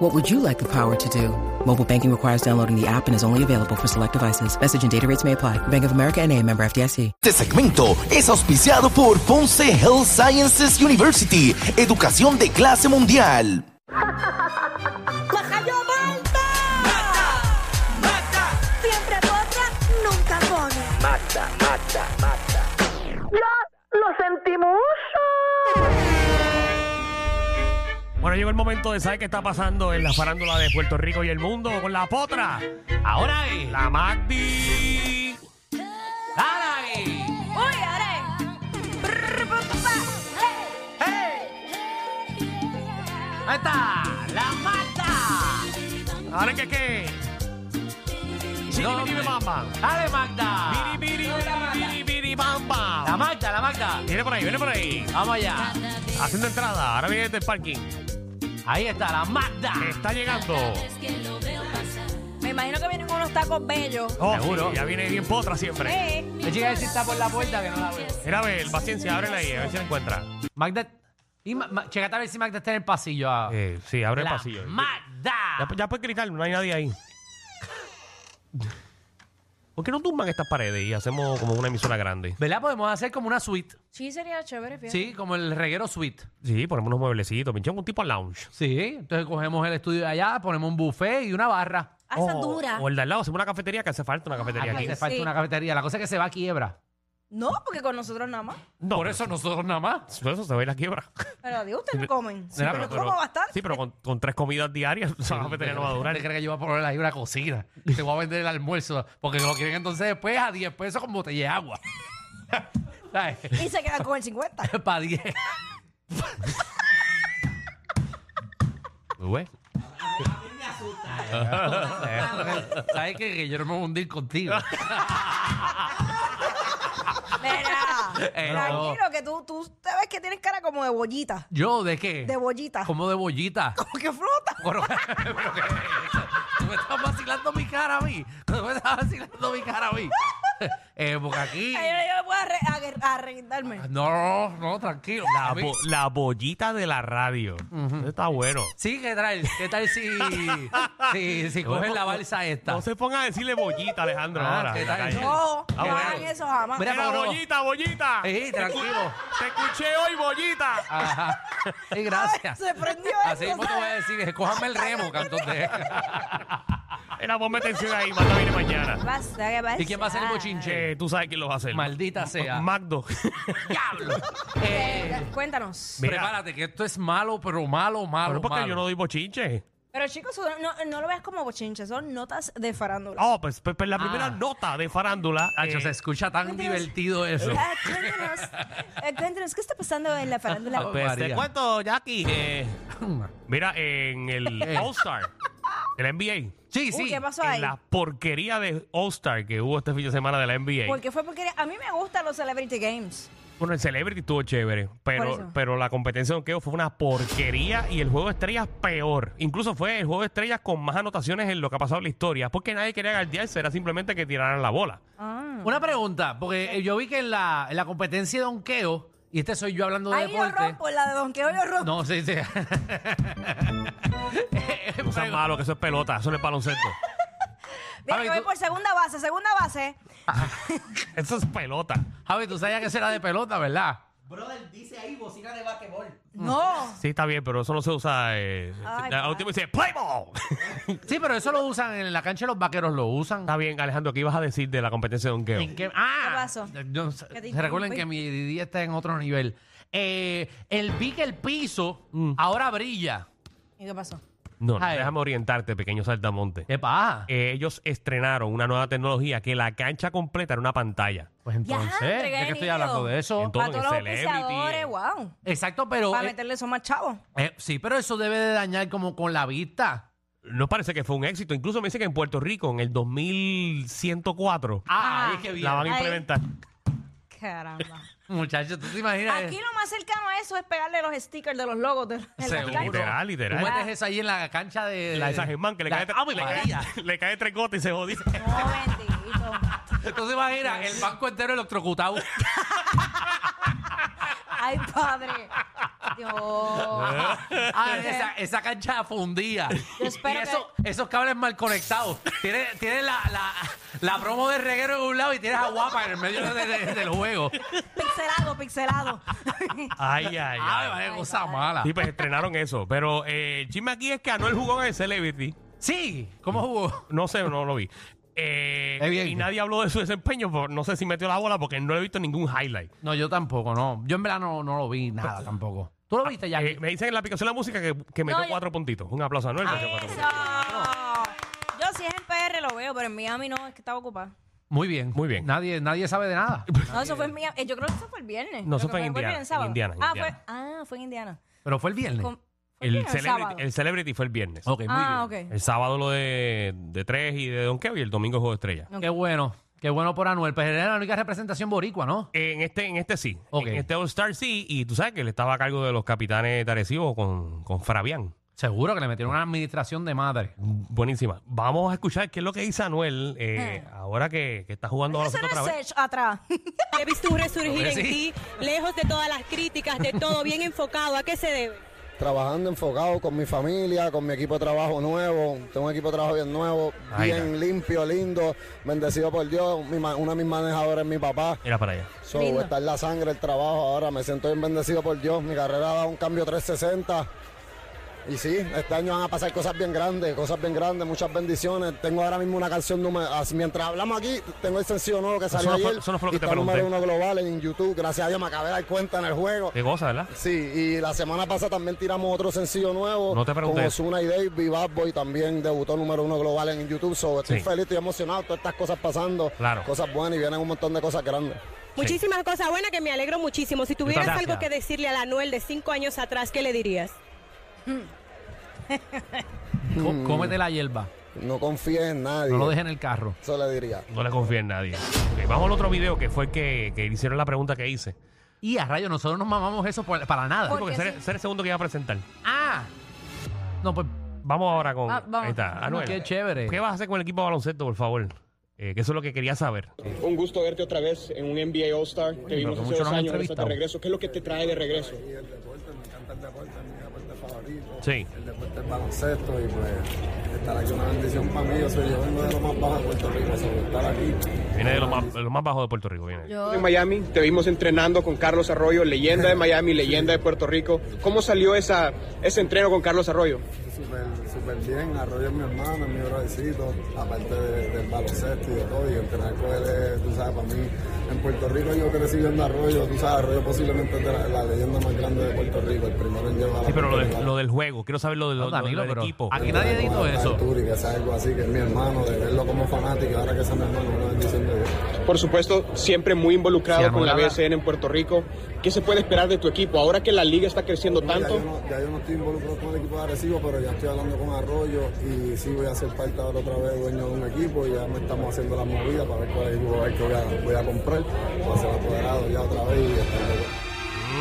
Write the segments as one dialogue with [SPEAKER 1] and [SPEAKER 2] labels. [SPEAKER 1] What would you like the power to do? Mobile banking requires downloading the app and is only available for select devices. Message and data rates may apply. Bank of America and a member FDIC.
[SPEAKER 2] Este segmento es auspiciado por Ponce Health Sciences University, educación de clase mundial.
[SPEAKER 3] ¡Bajayo Malta! Siempre potra, nunca pone. ¡Lo, lo sentimos!
[SPEAKER 4] Bueno, llegó el momento de saber qué está pasando en la farándula de Puerto Rico y el mundo con la potra. Ahora es la Magdi.
[SPEAKER 5] ¡Dale!
[SPEAKER 3] ¡Uy, are! Brr, pa, pa, pa. Eh,
[SPEAKER 5] ¡Hey! ¡Ahí está! ¡La Magda!
[SPEAKER 4] Ahora que qué.
[SPEAKER 5] No,
[SPEAKER 4] Chiquitibiri
[SPEAKER 5] hombre.
[SPEAKER 4] bamba.
[SPEAKER 5] ¡Dale, Magda!
[SPEAKER 4] Biri, biri, biri, biri, biri,
[SPEAKER 5] ¡La
[SPEAKER 4] bamba.
[SPEAKER 5] Magda, la Magda!
[SPEAKER 4] Viene por ahí, viene por ahí.
[SPEAKER 5] ¡Vamos allá!
[SPEAKER 4] Haciendo entrada. Ahora viene desde el parking.
[SPEAKER 5] Ahí está, la Magda.
[SPEAKER 4] Está llegando.
[SPEAKER 3] Me imagino que vienen unos tacos bellos.
[SPEAKER 4] Oh,
[SPEAKER 5] Seguro.
[SPEAKER 4] sí, ya viene bien potra siempre.
[SPEAKER 3] Eh,
[SPEAKER 5] Me llega a decir está por la puerta que no la veo.
[SPEAKER 4] Mira, a ver, paciencia, ábrela ahí, a ver si la encuentra.
[SPEAKER 5] Magda. Y Ma- Ma- checate a ver si Magda está en el pasillo. ah.
[SPEAKER 4] Eh, sí, abre el
[SPEAKER 5] la
[SPEAKER 4] pasillo. Ya,
[SPEAKER 5] Magda.
[SPEAKER 4] ya puedes gritar, no hay nadie ahí. ¿Por qué no tumban estas paredes y hacemos como una emisora grande?
[SPEAKER 5] ¿Verdad? Podemos hacer como una suite.
[SPEAKER 3] sí, sería chévere, fíjate.
[SPEAKER 5] Sí, como el reguero suite.
[SPEAKER 4] Sí, ponemos unos mueblecitos, pinchamos un tipo al lounge.
[SPEAKER 5] Sí, entonces cogemos el estudio de allá, ponemos un buffet y una barra.
[SPEAKER 3] Ah,
[SPEAKER 4] O-
[SPEAKER 3] esa dura.
[SPEAKER 4] O el de al lado, hacemos una cafetería que hace falta una cafetería
[SPEAKER 5] Aquí
[SPEAKER 4] aquí.
[SPEAKER 5] hace falta
[SPEAKER 3] Sí.
[SPEAKER 5] una cafetería. La cosa es que se va a quiebra.
[SPEAKER 3] No, porque con nosotros nada más.
[SPEAKER 4] No,
[SPEAKER 5] Por eso nosotros nada más.
[SPEAKER 4] Por eso se va a ir la quiebra.
[SPEAKER 3] Pero Dios, ustedes no comen.
[SPEAKER 4] Sí,
[SPEAKER 3] pero, yo como bastante.
[SPEAKER 4] sí, pero con, con tres comidas diarias, esa cafetería Este no va a durar.
[SPEAKER 5] ¿Te crees que yo voy a poner ahí una cocina? Te voy a vender el almuerzo. Porque lo quieren entonces después a 10 pesos con botella de agua. ¿Sabes?
[SPEAKER 3] Y se quedan con el 50.
[SPEAKER 5] Para 10.
[SPEAKER 4] Muy bueno.
[SPEAKER 5] ¿Sabes qué? Que yo no me voy a hundir contigo.
[SPEAKER 3] Mira,
[SPEAKER 5] Eh, no.
[SPEAKER 3] tranquilo, que tú, tú te ves que tienes cara como de bollita.
[SPEAKER 5] ¿Yo de qué?
[SPEAKER 3] De bollita.
[SPEAKER 5] Como de bollita.
[SPEAKER 3] Como que flota.
[SPEAKER 5] Pero, pero ¿qué es eso? Tú me estás vacilando mi cara a mí. Tú me estás vacilando mi cara a mí. Eh, porque aquí.
[SPEAKER 3] Ahí yo, yo voy a, re, a- a arreglarme.
[SPEAKER 5] No, no, tranquilo.
[SPEAKER 4] La,
[SPEAKER 5] A mí-
[SPEAKER 4] bo- la bollita de la radio. Eso Está bueno.
[SPEAKER 5] Sí, ¿qué tal? ¿Qué tal si, si, si cogen la balsa esta?
[SPEAKER 4] No se ponga a decirle bollita, Alejandro,
[SPEAKER 5] Ah,
[SPEAKER 4] ahora.
[SPEAKER 5] ¿qué
[SPEAKER 4] en la
[SPEAKER 5] tal?
[SPEAKER 4] calle.
[SPEAKER 3] No,
[SPEAKER 4] Ah,
[SPEAKER 3] Oh, no
[SPEAKER 4] bueno.
[SPEAKER 3] hagan eso jamás.
[SPEAKER 5] Mira,
[SPEAKER 4] Mira,
[SPEAKER 5] cabrón.
[SPEAKER 4] bollita, bollita.
[SPEAKER 5] Sí, tranquilo. Ah.
[SPEAKER 4] Te escuché hoy, bollita.
[SPEAKER 5] Ajá. Sí, gracias.
[SPEAKER 3] Se prendió
[SPEAKER 5] Así
[SPEAKER 3] eso,
[SPEAKER 5] mismo te voy a
[SPEAKER 3] ¿sabes?
[SPEAKER 5] decir, escójame el remo, cantante.
[SPEAKER 4] Era ponme atención ahí, mata viene mañana.
[SPEAKER 3] Basta, que basta.
[SPEAKER 5] ¿Y quién va a hacer el bochinche?
[SPEAKER 4] Che, tú sabes quién lo va a hacer.
[SPEAKER 5] Maldita sea.
[SPEAKER 4] Magdo.
[SPEAKER 5] ¡Diablo! Eh,
[SPEAKER 3] Eh, Cuéntanos.
[SPEAKER 4] Mira.
[SPEAKER 5] prepárate, que esto es malo, pero malo, malo,
[SPEAKER 4] Bueno, porque
[SPEAKER 5] malo.
[SPEAKER 4] yo no doy bochinche.
[SPEAKER 3] Pero chicos, eso no, no lo veas como bochinche, son notas de farándula.
[SPEAKER 4] Oh, pues, pues, pues la primera
[SPEAKER 5] Ah.
[SPEAKER 4] nota de farándula.
[SPEAKER 5] Nacho,
[SPEAKER 4] eh,
[SPEAKER 5] se escucha tan
[SPEAKER 3] Cuéntanos.
[SPEAKER 5] divertido eso.
[SPEAKER 3] Ah, cuéntanos, eh, cuéntanos, ¿qué está pasando en la farándula?
[SPEAKER 5] Ah,
[SPEAKER 4] pues, te
[SPEAKER 5] María.
[SPEAKER 4] cuento, Jackie. eh, mira, en el
[SPEAKER 5] Eh.
[SPEAKER 4] All-Star de la NBA.
[SPEAKER 5] Sí,
[SPEAKER 3] Uy,
[SPEAKER 5] sí.
[SPEAKER 3] ¿qué pasó ahí?
[SPEAKER 4] En la porquería de All-Star que hubo este fin de semana de la NBA.
[SPEAKER 3] Porque fue porque a mí me gustan los Celebrity Games.
[SPEAKER 4] Bueno, el Celebrity estuvo chévere,
[SPEAKER 3] Por
[SPEAKER 4] pero,
[SPEAKER 3] eso.
[SPEAKER 4] pero la competencia de donqueo fue una porquería y el juego de estrellas peor. Incluso fue el juego de estrellas con más anotaciones en lo que ha pasado en la historia, porque nadie quería guardiarse, era simplemente que tiraran la bola.
[SPEAKER 5] Una pregunta, porque eh, yo vi que en la, en la competencia de donkeo, y este soy yo hablando de
[SPEAKER 3] Ahí yo
[SPEAKER 5] deporte.
[SPEAKER 3] rompo, la de Don Queo yo rompo.
[SPEAKER 5] No, sí, Eh, sí.
[SPEAKER 4] No seas malo, que eso es pelota, eso no es baloncesto.
[SPEAKER 3] Mira,
[SPEAKER 5] Javi,
[SPEAKER 3] que voy
[SPEAKER 5] tú-
[SPEAKER 3] por segunda base, segunda base.
[SPEAKER 4] eso es pelota.
[SPEAKER 5] Javi, tú sabías que eso era de pelota, ¿verdad? Mm.
[SPEAKER 3] No.
[SPEAKER 4] Sí, está bien, pero eso no se usa. Eh,
[SPEAKER 3] Ay,
[SPEAKER 4] la última dice, ¡Play ball!
[SPEAKER 5] Sí, pero eso lo usan en la cancha, los vaqueros lo usan.
[SPEAKER 4] está bien, Alejandro, ¿qué ibas a decir de la competencia de donqueo?
[SPEAKER 5] ¿En qué? Ah,
[SPEAKER 3] ¿Qué pasó?
[SPEAKER 5] yo no sé.
[SPEAKER 3] Que te
[SPEAKER 5] se recuerden
[SPEAKER 3] interrumpí.
[SPEAKER 5] que mi día está en otro nivel. Eh, el vi que el piso ahora brilla.
[SPEAKER 3] ¿Y qué pasó?
[SPEAKER 4] No, no,
[SPEAKER 5] Ay.
[SPEAKER 4] déjame orientarte, pequeño saltamonte.
[SPEAKER 5] ¿Qué pasa?
[SPEAKER 4] Eh, ellos estrenaron una nueva tecnología que la cancha completa era una pantalla.
[SPEAKER 5] Pues entonces,
[SPEAKER 3] Ya,
[SPEAKER 5] ¿de qué estoy
[SPEAKER 3] entretenido.
[SPEAKER 5] hablando de eso?
[SPEAKER 4] Entonces- Todo
[SPEAKER 3] Para todos
[SPEAKER 4] en
[SPEAKER 3] los
[SPEAKER 4] Celebrity, eh.
[SPEAKER 3] auspiciadores, wow.
[SPEAKER 5] Exacto, pero
[SPEAKER 3] Para
[SPEAKER 5] eh,
[SPEAKER 3] meterle eso más chavo.
[SPEAKER 5] eh, sí, pero eso debe de dañar como con la vista.
[SPEAKER 4] No parece que fue un éxito. Incluso me dice que en Puerto Rico, en el 2104,
[SPEAKER 5] Ah,
[SPEAKER 3] Ah,
[SPEAKER 5] es que bien.
[SPEAKER 4] la van a
[SPEAKER 3] Ay.
[SPEAKER 4] implementar.
[SPEAKER 3] Caramba.
[SPEAKER 5] Muchachos, ¿tú te imaginas?
[SPEAKER 3] Aquí lo más cercano a eso es pegarle los stickers de los logos de de las
[SPEAKER 5] Seguro.
[SPEAKER 3] cartas.
[SPEAKER 4] Literal, literal.
[SPEAKER 5] Tú metes eso ahí en la cancha de...
[SPEAKER 4] La de San Germán, que le
[SPEAKER 5] eh. La- Ah, pues
[SPEAKER 4] cae,
[SPEAKER 5] ¡Ave
[SPEAKER 4] le,
[SPEAKER 5] María!
[SPEAKER 4] cae, le cae tres gotas y se jodió.
[SPEAKER 3] No, bendito.
[SPEAKER 5] ¿Tú te imaginas? El banco entero electrocutado.
[SPEAKER 3] Ay, padre. Dios.
[SPEAKER 5] Ah, esa, esa cancha fundía.
[SPEAKER 3] eh. Yo espero
[SPEAKER 5] y eso- esos cables mal conectados. Tienes, tienes la, la, la promo de reguero en un lado y tienes a Guapa en el medio de- de- del juego.
[SPEAKER 3] Pixelado, pixelado.
[SPEAKER 4] Ay, ay,
[SPEAKER 5] Ay,
[SPEAKER 4] ay.
[SPEAKER 5] vaya cosa mala.
[SPEAKER 4] Sí, pues estrenaron eso. Pero eh, el chisme aquí es que Anuel jugó en el Celebrity.
[SPEAKER 5] Sí, ¿cómo jugó?
[SPEAKER 4] No sé, no lo vi. Eh,
[SPEAKER 5] Es bien.
[SPEAKER 4] y nadie habló de su desempeño. por- No sé si metió la bola porque no he visto ningún highlight.
[SPEAKER 5] No, yo tampoco, no. Yo en verdad no, no lo vi nada tampoco. ¿Tú lo viste, ya?
[SPEAKER 4] Eh, me dicen en la aplicación de la música que, que metió
[SPEAKER 3] No, yo-
[SPEAKER 4] cuatro puntitos. Un aplauso a Anuel. metió cuatro
[SPEAKER 3] Eso.
[SPEAKER 4] puntitos.
[SPEAKER 3] Yo si es en PR lo veo, pero en Miami no, es que estaba ocupada.
[SPEAKER 5] Muy bien.
[SPEAKER 4] Muy bien.
[SPEAKER 5] Nadie, nadie sabe de nada.
[SPEAKER 3] No, eso fue en Miami. Eh, Yo creo que eso fue el viernes.
[SPEAKER 4] No, eso
[SPEAKER 3] Creo
[SPEAKER 4] fue
[SPEAKER 3] que
[SPEAKER 4] en
[SPEAKER 3] el
[SPEAKER 4] Indiana,
[SPEAKER 3] viernes, sábado.
[SPEAKER 4] en Indiana, en
[SPEAKER 3] ah,
[SPEAKER 4] Indiana.
[SPEAKER 3] Fue, ah, fue en Indiana.
[SPEAKER 5] Pero fue el viernes.
[SPEAKER 3] Con- fue
[SPEAKER 4] El
[SPEAKER 3] viernes o sábado?
[SPEAKER 4] celebrity, el Celebrity fue el viernes.
[SPEAKER 5] Ok, muy
[SPEAKER 3] Ah,
[SPEAKER 5] bien.
[SPEAKER 3] ok.
[SPEAKER 4] El sábado lo de, de tres y de Donkeo y el domingo el juego de estrella.
[SPEAKER 3] ok.
[SPEAKER 5] Qué bueno. Qué bueno por Anuel. Pues era la única representación boricua, ¿no?
[SPEAKER 4] En este, en este sí.
[SPEAKER 5] Ok.
[SPEAKER 4] En este All-Star sí. Y tú sabes que él estaba a cargo de los capitanes de Arecibo con, con Fabián.
[SPEAKER 5] Seguro que le metieron una administración de madre.
[SPEAKER 4] Buenísima. Vamos a escuchar qué es lo que dice Anuel eh, ahora que, que está jugando
[SPEAKER 3] Eso Hmm.
[SPEAKER 4] baloncesto
[SPEAKER 3] no
[SPEAKER 4] otra
[SPEAKER 3] es
[SPEAKER 4] vez.
[SPEAKER 3] Sech atrás.
[SPEAKER 6] He visto un resurgir
[SPEAKER 5] Hombre,
[SPEAKER 6] en
[SPEAKER 5] sí.
[SPEAKER 6] ti, lejos de todas las críticas, de todo, bien enfocado. ¿A qué se debe?
[SPEAKER 7] trabajando enfocado con mi familia, con mi equipo de trabajo nuevo. Tengo un equipo de trabajo bien nuevo,
[SPEAKER 4] Ahí
[SPEAKER 7] bien limpio, lindo, bendecido por Dios. Mi ma- una de mis manejadoras es mi papá.
[SPEAKER 4] Mira para allá.
[SPEAKER 7] So,
[SPEAKER 3] Lindo.
[SPEAKER 7] está en la sangre el trabajo ahora. Me siento bien bendecido por Dios. Mi carrera ha dado un cambio 360. Y sí, este año van a pasar cosas bien grandes, cosas bien grandes, muchas bendiciones. Tengo ahora mismo una canción número... as- Mientras hablamos aquí, tengo el sencillo nuevo que salió
[SPEAKER 4] no fue-
[SPEAKER 7] ayer.
[SPEAKER 4] eso no fue lo
[SPEAKER 7] y
[SPEAKER 4] que te
[SPEAKER 7] está número
[SPEAKER 4] pregunté.
[SPEAKER 7] uno global en YouTube. Gracias a Dios me acabé de dar cuenta en el juego.
[SPEAKER 4] Qué cosa, ¿verdad?
[SPEAKER 7] Sí, y la semana pasada también tiramos otro sencillo nuevo.
[SPEAKER 4] No te pregunté
[SPEAKER 7] Con
[SPEAKER 4] eso.
[SPEAKER 7] Ozuna y Dave y Bad Boy también debutó número uno global en YouTube. So, estoy
[SPEAKER 4] Sí.
[SPEAKER 7] feliz, estoy emocionado. Todas estas cosas pasando.
[SPEAKER 4] Claro.
[SPEAKER 7] Cosas buenas y vienen un montón de cosas grandes.
[SPEAKER 6] Muchísimas cosas buenas que me alegro muchísimo. Si tuvieras
[SPEAKER 4] también.
[SPEAKER 6] algo que decirle a la Anuel de cinco años atrás, ¿qué le dirías?
[SPEAKER 5] Có- Cómete la hierba.
[SPEAKER 7] No confíes en nadie.
[SPEAKER 5] No lo dejes en el carro.
[SPEAKER 7] Eso le diría.
[SPEAKER 4] No le confíe en nadie. Ok, vamos al otro video que fue el que, que hicieron la pregunta que hice.
[SPEAKER 5] Y a rayos, nosotros nos mamamos eso por- para nada.
[SPEAKER 3] Por-
[SPEAKER 4] Porque
[SPEAKER 3] Porque
[SPEAKER 4] ser,
[SPEAKER 3] sí.
[SPEAKER 4] ser el segundo que iba a presentar.
[SPEAKER 5] Ah. No, pues
[SPEAKER 4] Vamos ahora con.
[SPEAKER 3] Ah, vamos.
[SPEAKER 4] Ahí está, Anuel.
[SPEAKER 5] qué chévere.
[SPEAKER 4] ¿Qué vas a hacer con el equipo de baloncesto, por favor? Eh, que eso es lo que quería saber.
[SPEAKER 8] Un gusto verte otra vez en un NBA All-Star. Te
[SPEAKER 5] pero
[SPEAKER 8] vimos
[SPEAKER 5] que
[SPEAKER 8] hace
[SPEAKER 5] mucho no me
[SPEAKER 8] dos años, ahora
[SPEAKER 5] entrevistado.
[SPEAKER 8] estás de regreso. ¿Qué es lo que te trae de regreso?
[SPEAKER 4] Sí.
[SPEAKER 7] El deporte es baloncesto y pues estar aquí una bendición para mí. Yo soy yo vengo de lo más bajo de Puerto Rico. estar aquí.
[SPEAKER 4] Viene de los más, de los más bajos de Puerto Rico. Viene.
[SPEAKER 8] En Miami, te vimos entrenando con Carlos Arroyo, leyenda de Miami, leyenda de Puerto Rico. ¿Cómo salió esa, ese entreno con Carlos Arroyo?
[SPEAKER 7] súper súper bien, Arroyo es mi hermano, es mi brothercito, aparte de- del baloncesto y de todo, y entrenar con él, es, tú sabes, para mí, en Puerto Rico yo crecí viendo a Arroyo, tú sabes, Arroyo posiblemente es de la, la leyenda más grande de Puerto Rico, el primero en llevar a la
[SPEAKER 4] Sí, pero lo, de-
[SPEAKER 7] Puerto
[SPEAKER 4] lo del juego. Quiero saber lo, de, lo-
[SPEAKER 5] No, Danilo,
[SPEAKER 4] lo del
[SPEAKER 5] pero
[SPEAKER 4] equico.
[SPEAKER 5] aquí nadie dijo
[SPEAKER 7] Rico.
[SPEAKER 5] eso.
[SPEAKER 7] Arturi, que es algo así, que es mi hermano, de verlo como fanático, y ahora que es mi hermano, una bendición de Dios.
[SPEAKER 8] Por supuesto, siempre muy involucrado
[SPEAKER 5] Se
[SPEAKER 8] con la
[SPEAKER 5] anulaba.
[SPEAKER 8] BSN en Puerto Rico. ¿Qué se puede esperar de tu equipo ahora que la liga está creciendo
[SPEAKER 7] No, ya
[SPEAKER 8] tanto?
[SPEAKER 7] yo no- Ya, yo no, estoy involucrado con el equipo de Arecibo, pero ya estoy hablando con Arroyo y sí voy a ser parte ahora otra vez dueño de un equipo y ya me estamos haciendo las movidas para ver cuál equipo va a ver que voy a, voy a comprar, para ser apoderado ya otra vez y estar-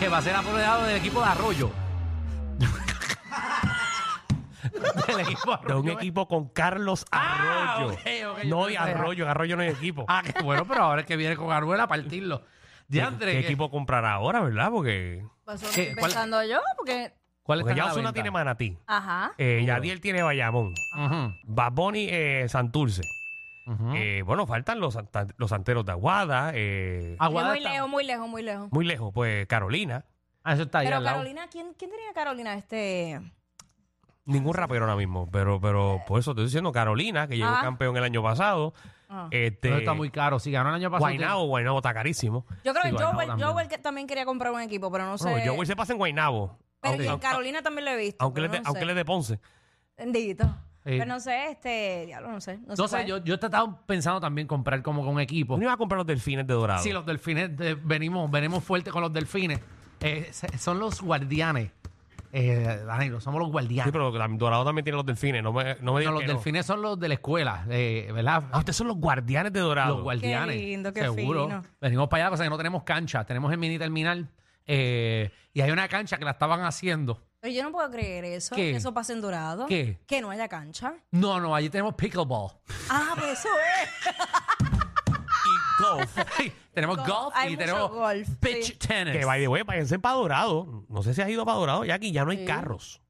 [SPEAKER 5] que va a ser apoderado del equipo de Arroyo. del equipo
[SPEAKER 4] De
[SPEAKER 5] Arroyo.
[SPEAKER 4] un equipo con Carlos
[SPEAKER 5] Ah,
[SPEAKER 4] Arroyo.
[SPEAKER 5] ok, ok, yo
[SPEAKER 4] no, y
[SPEAKER 5] pensé, ah.
[SPEAKER 4] Arroyo. Arroyo no es equipo.
[SPEAKER 5] Ah, qué bueno, pero ahora es que viene con Anuel a partirlo. Diantre,
[SPEAKER 4] ¿Qué
[SPEAKER 5] que-
[SPEAKER 4] equipo comprará ahora, verdad? Porque,
[SPEAKER 3] Pues eso
[SPEAKER 5] ¿Qué?
[SPEAKER 3] estoy
[SPEAKER 5] ¿Cuál?
[SPEAKER 3] pensando yo, porque...
[SPEAKER 5] ¿Cuál
[SPEAKER 4] porque
[SPEAKER 5] está
[SPEAKER 4] ya
[SPEAKER 5] en la
[SPEAKER 4] Osuna
[SPEAKER 5] venta?
[SPEAKER 4] tiene Manatí.
[SPEAKER 3] Ajá.
[SPEAKER 4] Eh, Yadiel tiene Bayamón.
[SPEAKER 5] Ujú,
[SPEAKER 4] Bad Bunny, eh, Santurce.
[SPEAKER 5] ujú.
[SPEAKER 4] Eh, bueno, faltan los, santa- los santeros de Aguada. eh,
[SPEAKER 5] Aguada
[SPEAKER 3] muy
[SPEAKER 5] está-
[SPEAKER 3] lejos, muy lejos, muy lejos.
[SPEAKER 4] Muy lejos, pues Carolina.
[SPEAKER 5] Ah, eso está ahí
[SPEAKER 3] Pero
[SPEAKER 5] al lado.
[SPEAKER 3] Carolina, ¿quién, ¿quién tenía Carolina? Este...
[SPEAKER 4] Ningún rapero ahora mismo, pero, pero por eso estoy diciendo Carolina, que llegó
[SPEAKER 3] Ajá.
[SPEAKER 4] campeón el año pasado.
[SPEAKER 3] Ah.
[SPEAKER 4] Este,
[SPEAKER 5] Pero está muy caro. Si ganó el año pasado.
[SPEAKER 4] Guaynabo, Guaynabo está carísimo.
[SPEAKER 3] Yo creo
[SPEAKER 5] Sí,
[SPEAKER 3] que
[SPEAKER 5] Guaynabo
[SPEAKER 3] Joel,
[SPEAKER 5] también.
[SPEAKER 3] Joel que también quería comprar un equipo, pero no sé.
[SPEAKER 4] Bueno, Joel se pasa en Guaynabo.
[SPEAKER 3] pero que en
[SPEAKER 4] aunque,
[SPEAKER 3] Carolina también lo he visto.
[SPEAKER 4] aunque él
[SPEAKER 3] pero
[SPEAKER 4] es de,
[SPEAKER 3] no
[SPEAKER 4] aunque
[SPEAKER 3] sé.
[SPEAKER 4] él es de Ponce.
[SPEAKER 3] Bendito.
[SPEAKER 5] Sí.
[SPEAKER 3] Pero no sé, este... Diablo, no sé. No sé,
[SPEAKER 5] No sé,
[SPEAKER 3] cuál.
[SPEAKER 5] yo, yo he estado pensando también comprar como con equipo.
[SPEAKER 4] ¿No iba a comprar los delfines de Dorado?
[SPEAKER 5] Sí, los delfines, de- venimos, venimos fuerte con los delfines. Eh, se- son los guardianes. eh, Danilo, somos los guardianes.
[SPEAKER 4] Sí, pero la- Dorado también tiene los delfines. No me, no me
[SPEAKER 5] No,
[SPEAKER 4] digas
[SPEAKER 5] los
[SPEAKER 4] que no.
[SPEAKER 5] delfines son los de la escuela, eh, ¿verdad?
[SPEAKER 4] Ah, ustedes son los guardianes de Dorado.
[SPEAKER 5] Los guardianes.
[SPEAKER 3] Qué lindo, qué
[SPEAKER 5] seguro.
[SPEAKER 3] fino.
[SPEAKER 5] Venimos para allá, pasa que no tenemos cancha. Tenemos el mini terminal. eh, y hay una cancha que la estaban haciendo.
[SPEAKER 3] Pero yo no puedo creer eso.
[SPEAKER 5] ¿Qué?
[SPEAKER 3] Que eso pasa en Dorado.
[SPEAKER 5] ¿Qué?
[SPEAKER 3] Que no haya cancha.
[SPEAKER 5] No, no, allí tenemos pickleball.
[SPEAKER 3] Ah, pues eso es.
[SPEAKER 5] Y golf. tenemos
[SPEAKER 3] Golf,
[SPEAKER 5] golf
[SPEAKER 3] hay
[SPEAKER 5] y
[SPEAKER 3] mucho
[SPEAKER 5] tenemos
[SPEAKER 3] golf,
[SPEAKER 5] pitch
[SPEAKER 3] sí.
[SPEAKER 5] tennis.
[SPEAKER 4] Que by the way, váyanse para Dorado. No sé si has ido para Dorado, ya que ya no hay carros.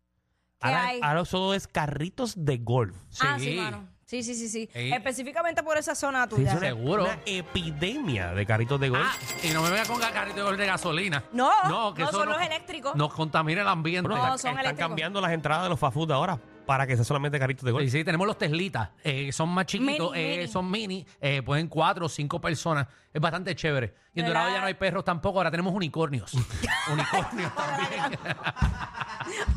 [SPEAKER 3] ¿Qué
[SPEAKER 4] Ahora,
[SPEAKER 3] hay?
[SPEAKER 4] ahora solo es carritos de golf.
[SPEAKER 3] Ah, sí, mano. Sí, sí, sí, sí.
[SPEAKER 5] Sí.
[SPEAKER 3] Específicamente por esa zona
[SPEAKER 4] Sí,
[SPEAKER 3] tuya.
[SPEAKER 4] es una-
[SPEAKER 5] Seguro.
[SPEAKER 4] Una epidemia de carritos de golf.
[SPEAKER 5] Ah, y no me venga con carrito de gol de gasolina.
[SPEAKER 3] No, no,
[SPEAKER 5] eso
[SPEAKER 3] son los eléctricos.
[SPEAKER 5] Nos contamina el ambiente.
[SPEAKER 4] Bueno,
[SPEAKER 3] No,
[SPEAKER 4] están-
[SPEAKER 3] son
[SPEAKER 4] están
[SPEAKER 3] eléctricos.
[SPEAKER 4] cambiando las entradas de los fast food ahora para que sea solamente carritos de golf.
[SPEAKER 5] Sí, sí, tenemos los Teslitas, eh, son más chiquitos,
[SPEAKER 3] Mini,
[SPEAKER 5] eh,
[SPEAKER 3] mini.
[SPEAKER 5] son mini, eh, pueden cuatro o cinco personas, es bastante chévere. Y en
[SPEAKER 3] ¿Verdad?
[SPEAKER 5] Dorado ya no hay perros tampoco, ahora tenemos unicornios. unicornios también.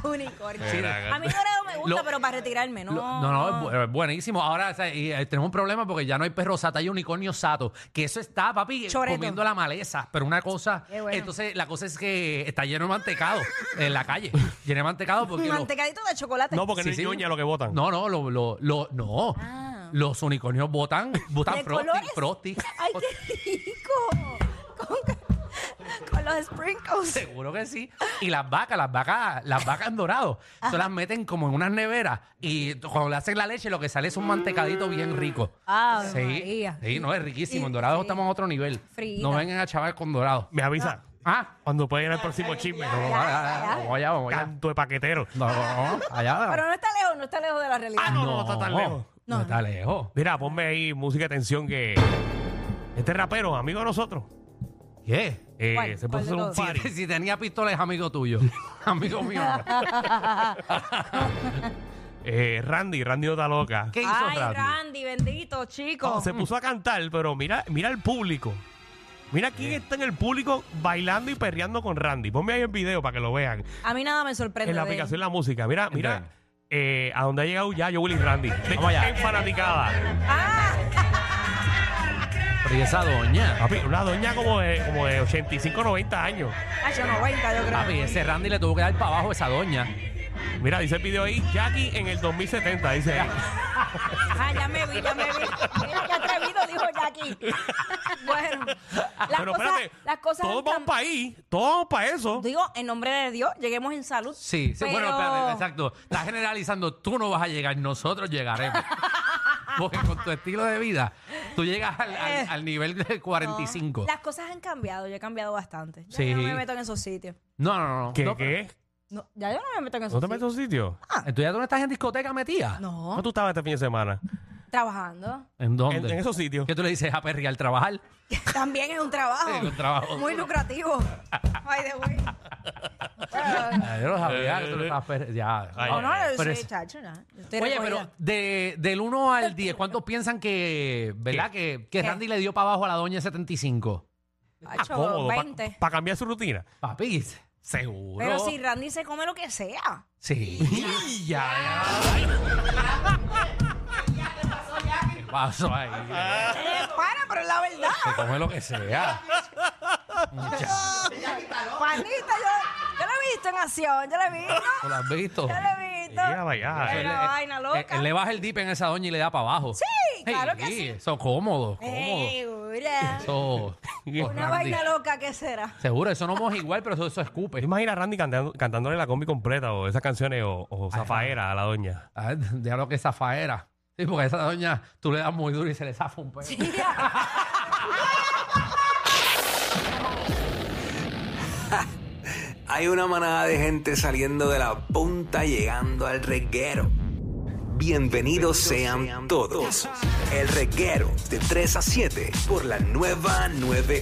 [SPEAKER 3] Unicornio.
[SPEAKER 5] Sí,
[SPEAKER 3] A mí Dorado me gusta,
[SPEAKER 5] Lo-
[SPEAKER 3] pero para retirarme, ¿no?
[SPEAKER 5] Lo- No, no,
[SPEAKER 3] Oh,
[SPEAKER 5] es bu- es buenísimo. Ahora o sea, y, eh, tenemos un problema porque ya no hay perro sato, hay unicornio sato. Que eso está, papi, eh,
[SPEAKER 3] Choreto.
[SPEAKER 5] comiendo la maleza. Pero una cosa.
[SPEAKER 3] Qué bueno.
[SPEAKER 5] Entonces, la cosa es que está lleno de mantecado en la calle. Lleno de mantecado porque. los-
[SPEAKER 3] Mantecadito de chocolate.
[SPEAKER 4] No, porque
[SPEAKER 5] Sí,
[SPEAKER 4] no es
[SPEAKER 5] sí.
[SPEAKER 4] ñoña lo que votan.
[SPEAKER 5] No, no, lo, lo- lo- no.
[SPEAKER 3] Ah.
[SPEAKER 5] Los unicornios votan, votan
[SPEAKER 3] ¿De
[SPEAKER 5] frosty,
[SPEAKER 3] colores?
[SPEAKER 5] frosty.
[SPEAKER 3] ¡Ay, qué rico! Con, con los sprinkles.
[SPEAKER 5] Seguro que sí. Y las vacas, las vacas, las vacas en dorado. Se las meten como en unas neveras y t- cuando le hacen la leche lo que sale es un mantecadito bien rico.
[SPEAKER 3] Ah,
[SPEAKER 5] sí,
[SPEAKER 3] María.
[SPEAKER 5] sí, no, es riquísimo. En dorado
[SPEAKER 3] Sí.
[SPEAKER 5] estamos a otro nivel.
[SPEAKER 3] Frita.
[SPEAKER 5] No vengan a chaval con dorado.
[SPEAKER 4] Me avisa.
[SPEAKER 5] Ah,
[SPEAKER 4] Cuando puede ir al próximo chisme.
[SPEAKER 5] no, no, dale, dale, dale, vamos allá, vamos allá.
[SPEAKER 4] Canto de paquetero.
[SPEAKER 5] No, no, no, allá.
[SPEAKER 3] Pero no está lejos, no está lejos de la realidad.
[SPEAKER 4] Ah, no, no, no está tan lejos.
[SPEAKER 5] No,
[SPEAKER 3] No,
[SPEAKER 5] está lejos.
[SPEAKER 4] Mira, ponme ahí música de tensión que. Este rapero, amigo de nosotros,
[SPEAKER 5] ¿Qué?
[SPEAKER 4] eh,
[SPEAKER 3] ¿Cuál?
[SPEAKER 4] se
[SPEAKER 3] ¿Cuál
[SPEAKER 4] puso a
[SPEAKER 3] de
[SPEAKER 4] hacer un
[SPEAKER 3] todos?
[SPEAKER 4] party.
[SPEAKER 5] Si, si tenía pistola es amigo tuyo. amigo mío. no.
[SPEAKER 4] Eh, Randy, Randy no está loca.
[SPEAKER 5] ¿Qué hizo
[SPEAKER 3] Ay,
[SPEAKER 5] Randy?
[SPEAKER 3] Randy, bendito, chico.
[SPEAKER 4] Oh, se puso a cantar, pero mira, mira el público. Mira
[SPEAKER 3] Eh.
[SPEAKER 4] quién está en el público bailando y perreando con Randy. Ponme ahí el video para que lo vean.
[SPEAKER 3] A mí nada me sorprende.
[SPEAKER 4] En la
[SPEAKER 3] de él.
[SPEAKER 4] aplicación La Música. Mira, mira.
[SPEAKER 5] Ven.
[SPEAKER 4] eh, a dónde ha llegado ya yo Willy Randy. Vamos allá. En fanaticada.
[SPEAKER 5] Pero ¿y esa doña.
[SPEAKER 4] Papi, una doña como de, como de 85, 90 años.
[SPEAKER 3] Ay, yo 90, yo creo.
[SPEAKER 5] Papi, ese Randy le tuvo que dar para abajo a esa doña.
[SPEAKER 4] Mira, dice el video ahí, Jackie en el 2070, dice. ahí.
[SPEAKER 3] Ah, ya me vi, ya me vi. Mira qué atrevido, dijo Jackie. bueno, las
[SPEAKER 4] Pero
[SPEAKER 3] cosas,
[SPEAKER 4] espérate,
[SPEAKER 3] las cosas
[SPEAKER 4] todos
[SPEAKER 3] han
[SPEAKER 4] vamos
[SPEAKER 3] cam-
[SPEAKER 4] para ahí, todos vamos para eso.
[SPEAKER 3] Digo, en nombre de Dios, lleguemos en salud.
[SPEAKER 5] Sí, sí, bueno, espérate, exacto. Estás generalizando, tú no vas a llegar, nosotros llegaremos. Porque con tu estilo de vida, tú llegas al,
[SPEAKER 3] Eh.
[SPEAKER 5] al- al nivel de 45.
[SPEAKER 3] Las cosas han cambiado, yo he cambiado bastante. Ya
[SPEAKER 5] Sí.
[SPEAKER 3] yo no me meto en esos sitios.
[SPEAKER 5] No, no, no.
[SPEAKER 4] ¿Qué?
[SPEAKER 5] no, ah,
[SPEAKER 4] ¿Qué?
[SPEAKER 3] No, ya yo no me meto en
[SPEAKER 4] ¿No
[SPEAKER 3] esos
[SPEAKER 4] te metes
[SPEAKER 3] sitios.
[SPEAKER 4] en sitio?
[SPEAKER 5] ¿Tú ya tú no estás en discoteca metida?
[SPEAKER 3] No,
[SPEAKER 4] ¿Cómo tú estabas este fin de semana?
[SPEAKER 3] trabajando.
[SPEAKER 5] ¿En
[SPEAKER 4] En,
[SPEAKER 5] dónde?
[SPEAKER 4] en esos sitios.
[SPEAKER 5] ¿Qué tú le dices a Perry al trabajar?
[SPEAKER 3] También es un trabajo.
[SPEAKER 5] Sí, un trabajo.
[SPEAKER 3] Muy lucrativo. Ay, de güey. Bueno,
[SPEAKER 5] Ay, Ah, Yo lo sabía que tú le estabas Perry- Ya.
[SPEAKER 4] Eh. Ay,
[SPEAKER 3] o no,
[SPEAKER 4] ay,
[SPEAKER 3] yo
[SPEAKER 5] Pero
[SPEAKER 3] soy
[SPEAKER 5] es-
[SPEAKER 3] chacho, nada. Yo estoy
[SPEAKER 5] Oye,
[SPEAKER 3] recogida.
[SPEAKER 5] pero de, del 1 al 10, ¿cuántos piensan que, ¿verdad? Que, que
[SPEAKER 3] ¿Qué?
[SPEAKER 5] Randy le dio para abajo a la doña 75?
[SPEAKER 4] Ah,
[SPEAKER 3] Chacho,
[SPEAKER 4] cómodo, para
[SPEAKER 3] 20.
[SPEAKER 4] cambiar su rutina.
[SPEAKER 5] Papi, seguro.
[SPEAKER 3] Pero si Randy se come lo que sea.
[SPEAKER 5] Sí. ya, ya. ¿Qué pasó ahí?
[SPEAKER 3] Eh, para, pero es la verdad.
[SPEAKER 5] Se come lo que sea. Muchacho,
[SPEAKER 3] Juanita, yo, yo lo he visto en acción, yo lo he visto,
[SPEAKER 5] ¿tú ¿Lo has visto?
[SPEAKER 3] yo lo he visto.
[SPEAKER 4] Mira, vaya.
[SPEAKER 3] Pero-
[SPEAKER 5] Él- él-
[SPEAKER 3] vaina loca.
[SPEAKER 5] Él, él le baja el dip en esa doña y le da para abajo.
[SPEAKER 3] Sí, claro que sí.
[SPEAKER 5] Eso cómodo, cómodo.
[SPEAKER 3] Segura.
[SPEAKER 5] Eso.
[SPEAKER 3] Una
[SPEAKER 5] Randy.
[SPEAKER 3] vaina loca, ¿qué será?
[SPEAKER 5] Seguro, eso no moja igual, pero eso, eso escupe.
[SPEAKER 4] pues Imagina a Randy cantando- cantándole la combi completa o esas canciones o, o Zafaera a la doña.
[SPEAKER 5] Ah, Ya lo que es zafaera. Sí, porque a esa doña tú le das muy duro y se le zafa un pelo.
[SPEAKER 9] Hay una manada de gente saliendo de la punta llegando al reguero. Bienvenidos sean todos. El reguero de 3 a 7 por la nueva 9.